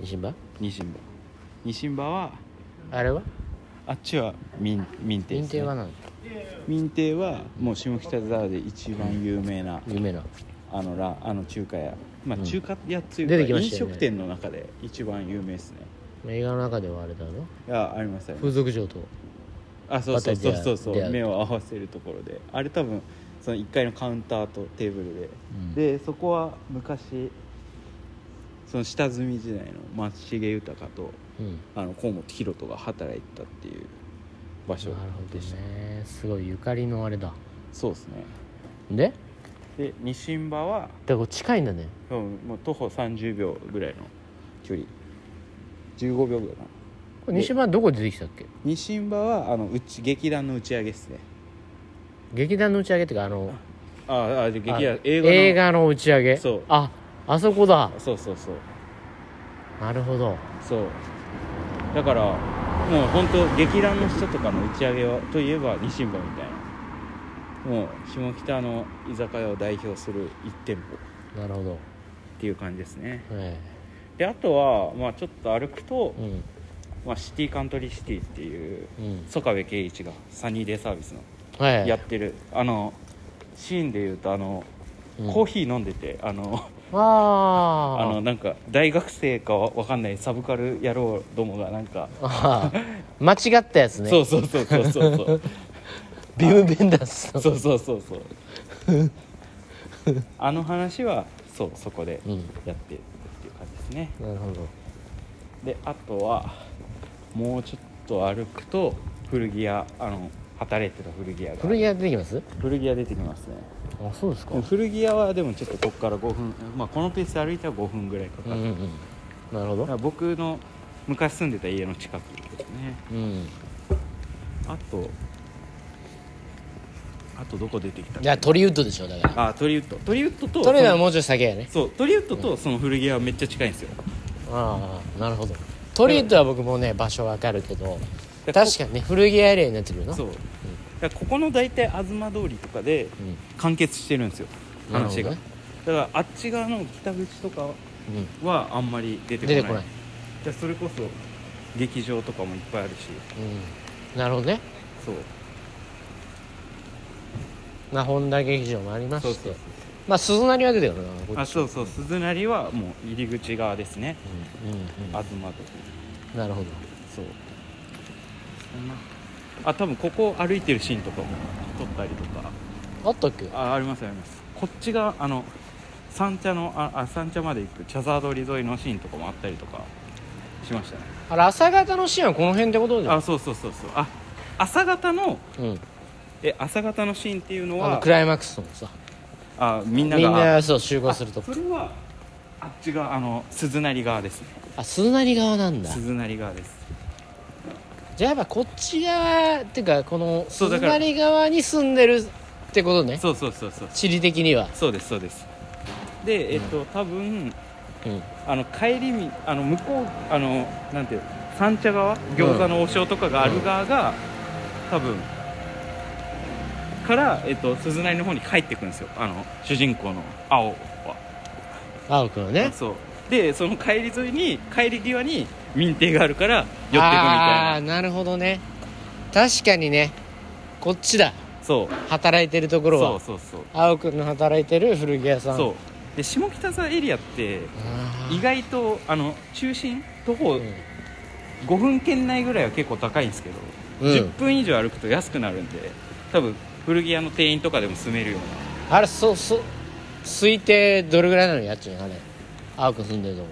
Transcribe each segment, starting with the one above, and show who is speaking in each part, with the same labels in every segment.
Speaker 1: 西馬
Speaker 2: ニシンバニシンバは
Speaker 1: あれは
Speaker 2: あっちは民民邸で
Speaker 1: 認
Speaker 2: す、ね、
Speaker 1: 定はなの
Speaker 2: 民邸はもう下北沢で一番有名な
Speaker 1: 有名な
Speaker 2: あのラあの中華屋まあ
Speaker 1: うん
Speaker 2: 中華屋っていう
Speaker 1: 出てき
Speaker 2: か
Speaker 1: ま
Speaker 2: 飲
Speaker 1: したよね
Speaker 2: 食店の中で一番有名ですね
Speaker 1: 映画の中ではあれだろ
Speaker 2: いやありますあります
Speaker 1: 風俗嬢と
Speaker 2: あそうそうそうそうそ
Speaker 1: バタリア
Speaker 2: う目を合わせるところであれ多分その1階のカウンターとテーブルで、
Speaker 1: うん
Speaker 2: でそこは昔その下積み時代の松重豊と
Speaker 1: うん
Speaker 2: あの河本大翔が働いてたっていう場所
Speaker 1: なるほ
Speaker 2: でし
Speaker 1: ど
Speaker 2: た、
Speaker 1: ねすごいゆかりのあれだ
Speaker 2: そうですね
Speaker 1: で
Speaker 2: で西新場は
Speaker 1: だから近いんだね
Speaker 2: うんもう徒歩30秒ぐらいの距離15秒ぐらいかな
Speaker 1: これ西馬どこで出てきたっけ
Speaker 2: 西新場はあのうち劇団の打ち上げですね
Speaker 1: 劇団の打ち上げっていうかあの
Speaker 2: ああじゃあ劇団
Speaker 1: あ
Speaker 2: 映画の
Speaker 1: の打ち上げ
Speaker 2: そう
Speaker 1: ああそこだ
Speaker 2: そうそうそう
Speaker 1: なるほど
Speaker 2: そうだからもう本当劇団の人とかの打ち上げはといえば西新馬みたいなもう下北の居酒屋を代表する1店舗っ
Speaker 1: なるほど
Speaker 2: ていう感じですね
Speaker 1: え
Speaker 2: であとは、まあ、ちょっと歩くと
Speaker 1: え、うん
Speaker 2: まあ、シティカントリーシティっていう
Speaker 1: うん
Speaker 2: 曽我部圭一がサニーデイサービスの
Speaker 1: はい
Speaker 2: やってるあのシーンでいうとあの、
Speaker 1: うん
Speaker 2: コーヒー飲んでてあの
Speaker 1: あ
Speaker 2: あ
Speaker 1: ー
Speaker 2: のなんか大学生かわわかんないサブカル野郎どもがなんか、
Speaker 1: あー 間違ったやつね
Speaker 2: そうそうそうそうそうそう
Speaker 1: ビム・ベンダースの
Speaker 2: そうそうそうそうあの話はそうそこで
Speaker 1: うん
Speaker 2: やってるっていう感じですね
Speaker 1: なるほど
Speaker 2: であとはもうちょっと歩くと古着屋あの働いてた古着屋が
Speaker 1: 古着屋出てきます
Speaker 2: 古着屋出てきますね
Speaker 1: あそうですか
Speaker 2: でも古着屋はでもちょっとここから5分、まあ、このペースで歩いたら5分ぐらいかか
Speaker 1: うん
Speaker 2: る、
Speaker 1: うんうんなるほ
Speaker 2: だ
Speaker 1: ど
Speaker 2: から僕の昔住んでた家の近くですね
Speaker 1: うん
Speaker 2: あとあとどこ出てきたっ
Speaker 1: じゃあトリウッドでしょだから
Speaker 2: あトリウッドトリウッドと
Speaker 1: トリウッドは
Speaker 2: その
Speaker 1: もうちょい先やね
Speaker 2: そうトリウッドとその古着屋はめっちゃ近いんですよ
Speaker 1: ああなるほどトリウッドは僕もね場所わかるけど
Speaker 2: で
Speaker 1: 確かにね古着屋エリアになってくるな
Speaker 2: そううだからここの大体東通りとかで
Speaker 1: ん
Speaker 2: 完結してるんですよ
Speaker 1: なるほ
Speaker 2: 話
Speaker 1: ど
Speaker 2: が、
Speaker 1: ね
Speaker 2: だからあっち側の北口とか
Speaker 1: うん
Speaker 2: はあんまり出てこない
Speaker 1: 出てこない
Speaker 2: じゃあそれこそ劇場とかもいっぱいあるし
Speaker 1: うんなるほどね
Speaker 2: そう
Speaker 1: まあ本田劇場もありま
Speaker 2: そう
Speaker 1: し
Speaker 2: そ
Speaker 1: て
Speaker 2: うそ
Speaker 1: まあ鈴なりは出てくるなこ
Speaker 2: うあ
Speaker 1: っち
Speaker 2: そうそう鈴なりはもう入り口側ですね
Speaker 1: うんうんうん
Speaker 2: 東通り
Speaker 1: なるほど
Speaker 2: そうそんなあ多分ここ歩いてるシーンとかも撮ったりとか
Speaker 1: あったっけ
Speaker 2: あありますありますこっちがあの三茶のああ三茶まで行く茶沢通り沿いのシーンとかもあったりとかしましたね
Speaker 1: あれ朝方のシーンはこの辺ってことじゃん
Speaker 2: あそうそうそうそうあ朝方の
Speaker 1: うん
Speaker 2: え朝方のシーンっていうの
Speaker 1: あ
Speaker 2: は
Speaker 1: のクライマックスのさ
Speaker 2: あみんなが
Speaker 1: みんなそう集合
Speaker 2: あ
Speaker 1: するとこ
Speaker 2: それはあっちがあの鈴なり側ですね
Speaker 1: あ鈴なり側なんだ
Speaker 2: 鈴なり側です
Speaker 1: じゃあやっぱこっち側っていうかこの
Speaker 2: そう
Speaker 1: 鈴
Speaker 2: だから
Speaker 1: なり側に住んでるってことね
Speaker 2: そうそうそうそう
Speaker 1: 地理的には
Speaker 2: そうですそうですでえっと、多分
Speaker 1: うん
Speaker 2: あの帰りみあの向こうあのなんていうの三茶側餃子の王将とかがある側が、多分から、えっと、鈴なりの方に帰ってくんですよあの主人公の青は
Speaker 1: 青くんはね
Speaker 2: そうでその帰り沿いに帰り際に民邸があるから寄ってくみたい
Speaker 1: ああ
Speaker 2: な
Speaker 1: ーなるほどね確かにねこっちだ
Speaker 2: そう
Speaker 1: 働いてるところ
Speaker 2: そう
Speaker 1: は
Speaker 2: そうそう
Speaker 1: 青くんの働いてる古着屋さん
Speaker 2: そうで下北沢エリアって
Speaker 1: あー
Speaker 2: 意外とあの中心徒歩
Speaker 1: うん
Speaker 2: 5分圏内ぐらいは結構高いんですけど、
Speaker 1: うん
Speaker 2: 10分以上歩くと安くなるんで多分古着屋の店員とかでも住めるよう
Speaker 1: あれそそ推定どれぐらいなの家賃あれ青くん住んでるとこ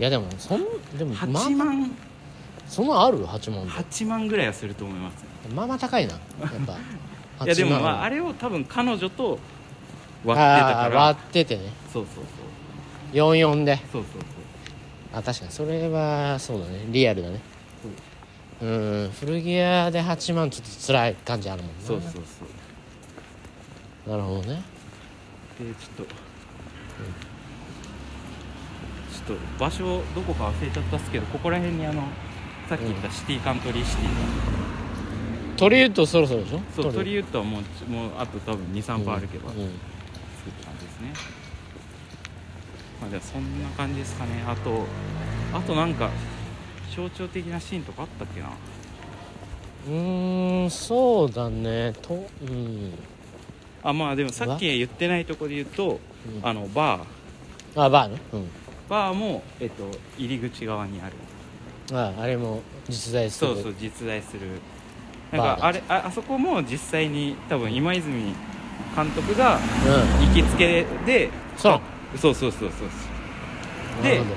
Speaker 1: いやでもそんでも
Speaker 2: な
Speaker 1: まあ
Speaker 2: 8万
Speaker 1: そのある8万で
Speaker 2: 8万ぐらいはすると思いますね
Speaker 1: まあまあ高いなやっぱ
Speaker 2: いやでもまああ
Speaker 1: れ
Speaker 2: れを多分彼女と割ってたか
Speaker 1: あー
Speaker 2: ら
Speaker 1: 割っててね
Speaker 2: そうそう
Speaker 1: 44で
Speaker 2: そうそうそう
Speaker 1: あ確かにそれはそうだねリアルだね
Speaker 2: そう
Speaker 1: うん古着屋で8万ちょっと辛い感じあるもんね
Speaker 2: そうそうそうそう
Speaker 1: なるほどね
Speaker 2: でちょっと、ちょっと場所どこか忘れちゃったっすけどここら辺にあのさっき言ったシティカントリーシティが、
Speaker 1: トリウッドそろそろでしょ
Speaker 2: そうト
Speaker 1: ウ
Speaker 2: リウッドはもうちもうあと多分23歩歩けば
Speaker 1: うんうん
Speaker 2: って感じですねまあじゃあそんな感じですかねあとあとなんか象徴的なシーンとかあったっけな
Speaker 1: うーんそうだねとうん
Speaker 2: あまあでもさっき言ってないとこで言うと
Speaker 1: あ
Speaker 2: あのバー
Speaker 1: あバーねうん
Speaker 2: バーも、えっと、入り口側にある
Speaker 1: ああれも実在す
Speaker 2: そ
Speaker 1: る
Speaker 2: うそう実在するなん
Speaker 1: バー
Speaker 2: か
Speaker 1: だ
Speaker 2: あれああそこも実際に多分今泉監督が
Speaker 1: うん
Speaker 2: 行きつけで
Speaker 1: そうな
Speaker 2: そうそうそうそう
Speaker 1: の
Speaker 2: で
Speaker 1: なるほど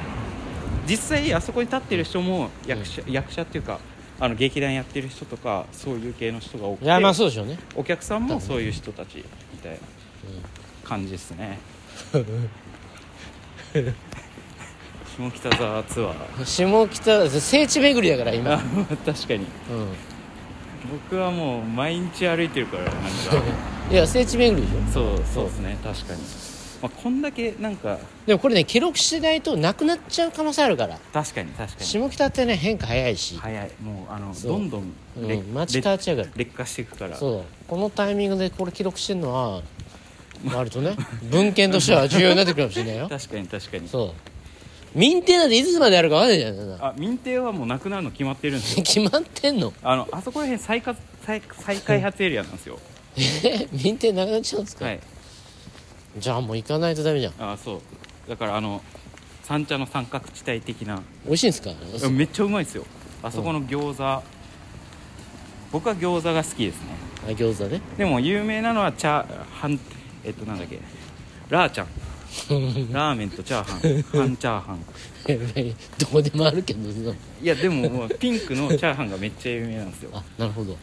Speaker 2: 実際あそこに立ってる人も役者,、役者っていうかあの劇団やってる人とかそういう系の人が多くて
Speaker 1: いやまあそうでしょうね
Speaker 2: お客さんもそういう人たちみたいな感じです ね下北沢ツアー
Speaker 1: 下北聖地巡りだから
Speaker 2: あ
Speaker 1: 今
Speaker 2: 確かに
Speaker 1: う
Speaker 2: 僕はもう毎日歩いてるからなんか
Speaker 1: んいや聖地巡りでしょ
Speaker 2: そうそうですね確かに、まあ、こんだけなんか
Speaker 1: でもこれね記録してないとなくなっちゃう可能性あるから
Speaker 2: 確かに確かに
Speaker 1: 下北ってね変化早いし、
Speaker 2: 早いもうあの
Speaker 1: そう
Speaker 2: どんどん
Speaker 1: うん
Speaker 2: 劣
Speaker 1: 間違えちゃうから
Speaker 2: 劣化していくから
Speaker 1: そうこのタイミングでこれ記録してるのは割とね 文献としては重要になってくるかもしれない よ
Speaker 2: 確かに確かに
Speaker 1: そう民定なんていつまでやるかわかんないじゃん
Speaker 2: あ民邸はもうなくなるの決まってるん ですよ
Speaker 1: 決まってんの
Speaker 2: あのあそこら辺再か再再開発エリアなんですよ
Speaker 1: え民定なくなっちゃうんですか、
Speaker 2: はい
Speaker 1: じゃあもう行かないとダメじゃん
Speaker 2: あそうだからあの三茶の三角地帯的な
Speaker 1: 美味しいんですか
Speaker 2: めっちゃうまいですよあそこの餃子、僕は餃子が好きですね
Speaker 1: あ餃子ね
Speaker 2: でも有名なのはチャーハンえっとなんだっけラーちゃん ラーメンとチャーハン半チャーハン
Speaker 1: どこでもあるけどそんない
Speaker 2: やでももうピンクのチャーハンがめっちゃ有名なんですよ
Speaker 1: あなるほど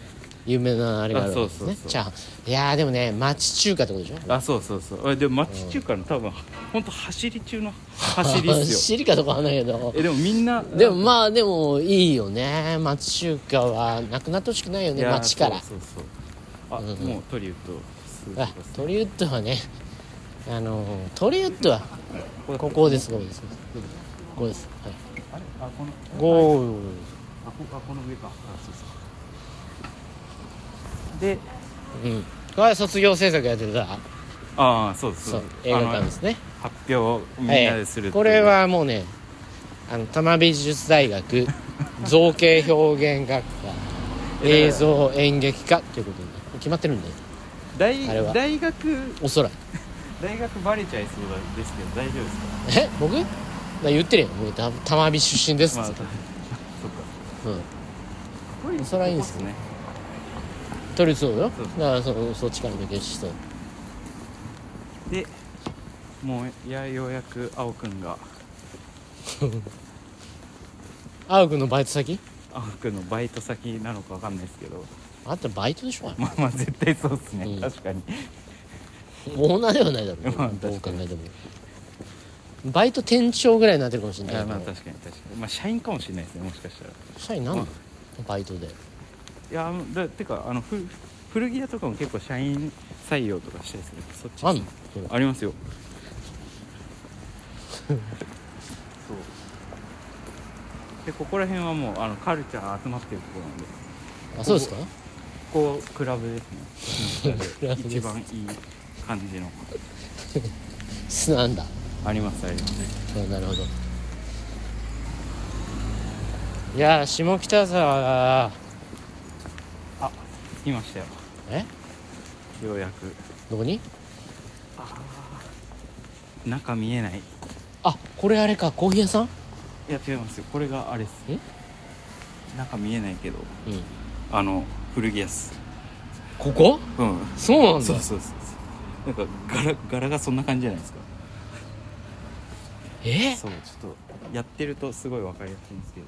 Speaker 1: 有名なあれがあるわけですね
Speaker 2: あそうそうそう
Speaker 1: チャーハンいやーでもね町中華ってことでしょ
Speaker 2: あそうそうそうあでも町中華の多分本当走り中の走りっすよ
Speaker 1: 走りかとかはないけど
Speaker 2: えでもみんな
Speaker 1: でもまあでもいいよね町中華はなくなってほしくないよ
Speaker 2: い
Speaker 1: ね
Speaker 2: や
Speaker 1: 町から
Speaker 2: そうそうそうあ、
Speaker 1: うんうん
Speaker 2: もうトリウッド
Speaker 1: あト
Speaker 2: リ
Speaker 1: リウッドはねあのートリウッドはここですここですここです、はい、
Speaker 2: あれあこの
Speaker 1: ゴー
Speaker 2: あこあこの上かあそうそうで
Speaker 1: うんこれは卒業制作やってた
Speaker 2: ああそうです
Speaker 1: そう
Speaker 2: です
Speaker 1: 映画館ですね
Speaker 2: あの発表をみんなでするっていう
Speaker 1: これはもうねあの多摩美術大 学造形表現学科映像演劇科っていうことで決まってるんで
Speaker 2: 大
Speaker 1: あれは
Speaker 2: 大学
Speaker 1: おそらく
Speaker 2: 大学バレちゃいそうですけど大丈夫ですか
Speaker 1: え僕だから言ってるやん僕た多摩美出身です
Speaker 2: ま
Speaker 1: っ
Speaker 2: あ
Speaker 1: つ
Speaker 2: そ
Speaker 1: っ
Speaker 2: っ
Speaker 1: て、
Speaker 2: か
Speaker 1: うん
Speaker 2: これ
Speaker 1: それはいいんです
Speaker 2: ね
Speaker 1: とりあえずそうよ
Speaker 2: そう
Speaker 1: だからそそっちから抜けしそう
Speaker 2: でもういやようやく青くんが
Speaker 1: 青君のバイト先
Speaker 2: 青くんのバイト先なのかわかんないですけど
Speaker 1: あんたバイトでしょ
Speaker 2: まあまあ絶対そうですね、
Speaker 1: うん
Speaker 2: 確かに
Speaker 1: オーナーではないだろう、
Speaker 2: まあ
Speaker 1: どう
Speaker 2: 確か
Speaker 1: 考
Speaker 2: に
Speaker 1: えてもバイト店長ぐらいになってるかもしれ
Speaker 2: い
Speaker 1: ない
Speaker 2: や
Speaker 1: け
Speaker 2: まあ
Speaker 1: ど
Speaker 2: 確かに確かにまあ社員かもしれないですねもしかしたら
Speaker 1: 社員なんだ、
Speaker 2: ま
Speaker 1: バイトで
Speaker 2: いやだてかあのふ古着屋とかも結構社員採用とかしたりするそっち
Speaker 1: あんのそれ
Speaker 2: あり ますよそうでここら辺はもうあのカルチャー集まってるところなんで
Speaker 1: あそうですか
Speaker 2: ここクラブですね
Speaker 1: クラブです
Speaker 2: 一番いい感じの
Speaker 1: 素なんだ
Speaker 2: ありますあります
Speaker 1: うんなるほどいやー下北沢が
Speaker 2: あ着きましたよ
Speaker 1: え
Speaker 2: ようやく
Speaker 1: どこに
Speaker 2: 中見えない
Speaker 1: あこれあれかコーヒー屋さん
Speaker 2: いや違いますよこれがあれです
Speaker 1: え
Speaker 2: 中見えないけど
Speaker 1: うん
Speaker 2: あの古着屋っす
Speaker 1: ここ
Speaker 2: うん
Speaker 1: そうなんだ
Speaker 2: そうそうそうそうなんか柄柄がそんな感じじゃないですか
Speaker 1: え
Speaker 2: そうちょっとやってるとすごい分かりやすいんですけど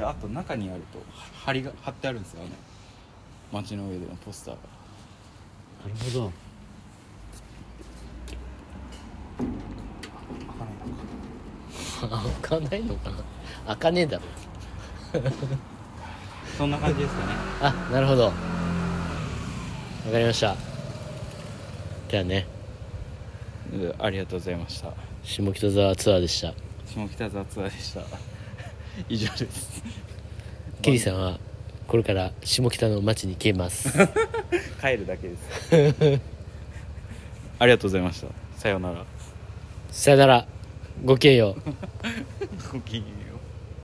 Speaker 2: であと中にあると貼りが貼ってあるんですよあの街の上でのポスターが
Speaker 1: なるほど
Speaker 2: 開かないのか
Speaker 1: あ開かないのかな開かねえだろ
Speaker 2: そんな感じですか ね
Speaker 1: あなるほどわかりましたではね
Speaker 2: うんありがとうございました
Speaker 1: 下北沢ツアーでした
Speaker 2: 下北沢ツアーでした 以上です
Speaker 1: ケリーさんはこれから下北の街に消えます
Speaker 2: 帰るだけです ありがとうございましたさようなら
Speaker 1: さよならごきげんよう
Speaker 2: ごきげんよう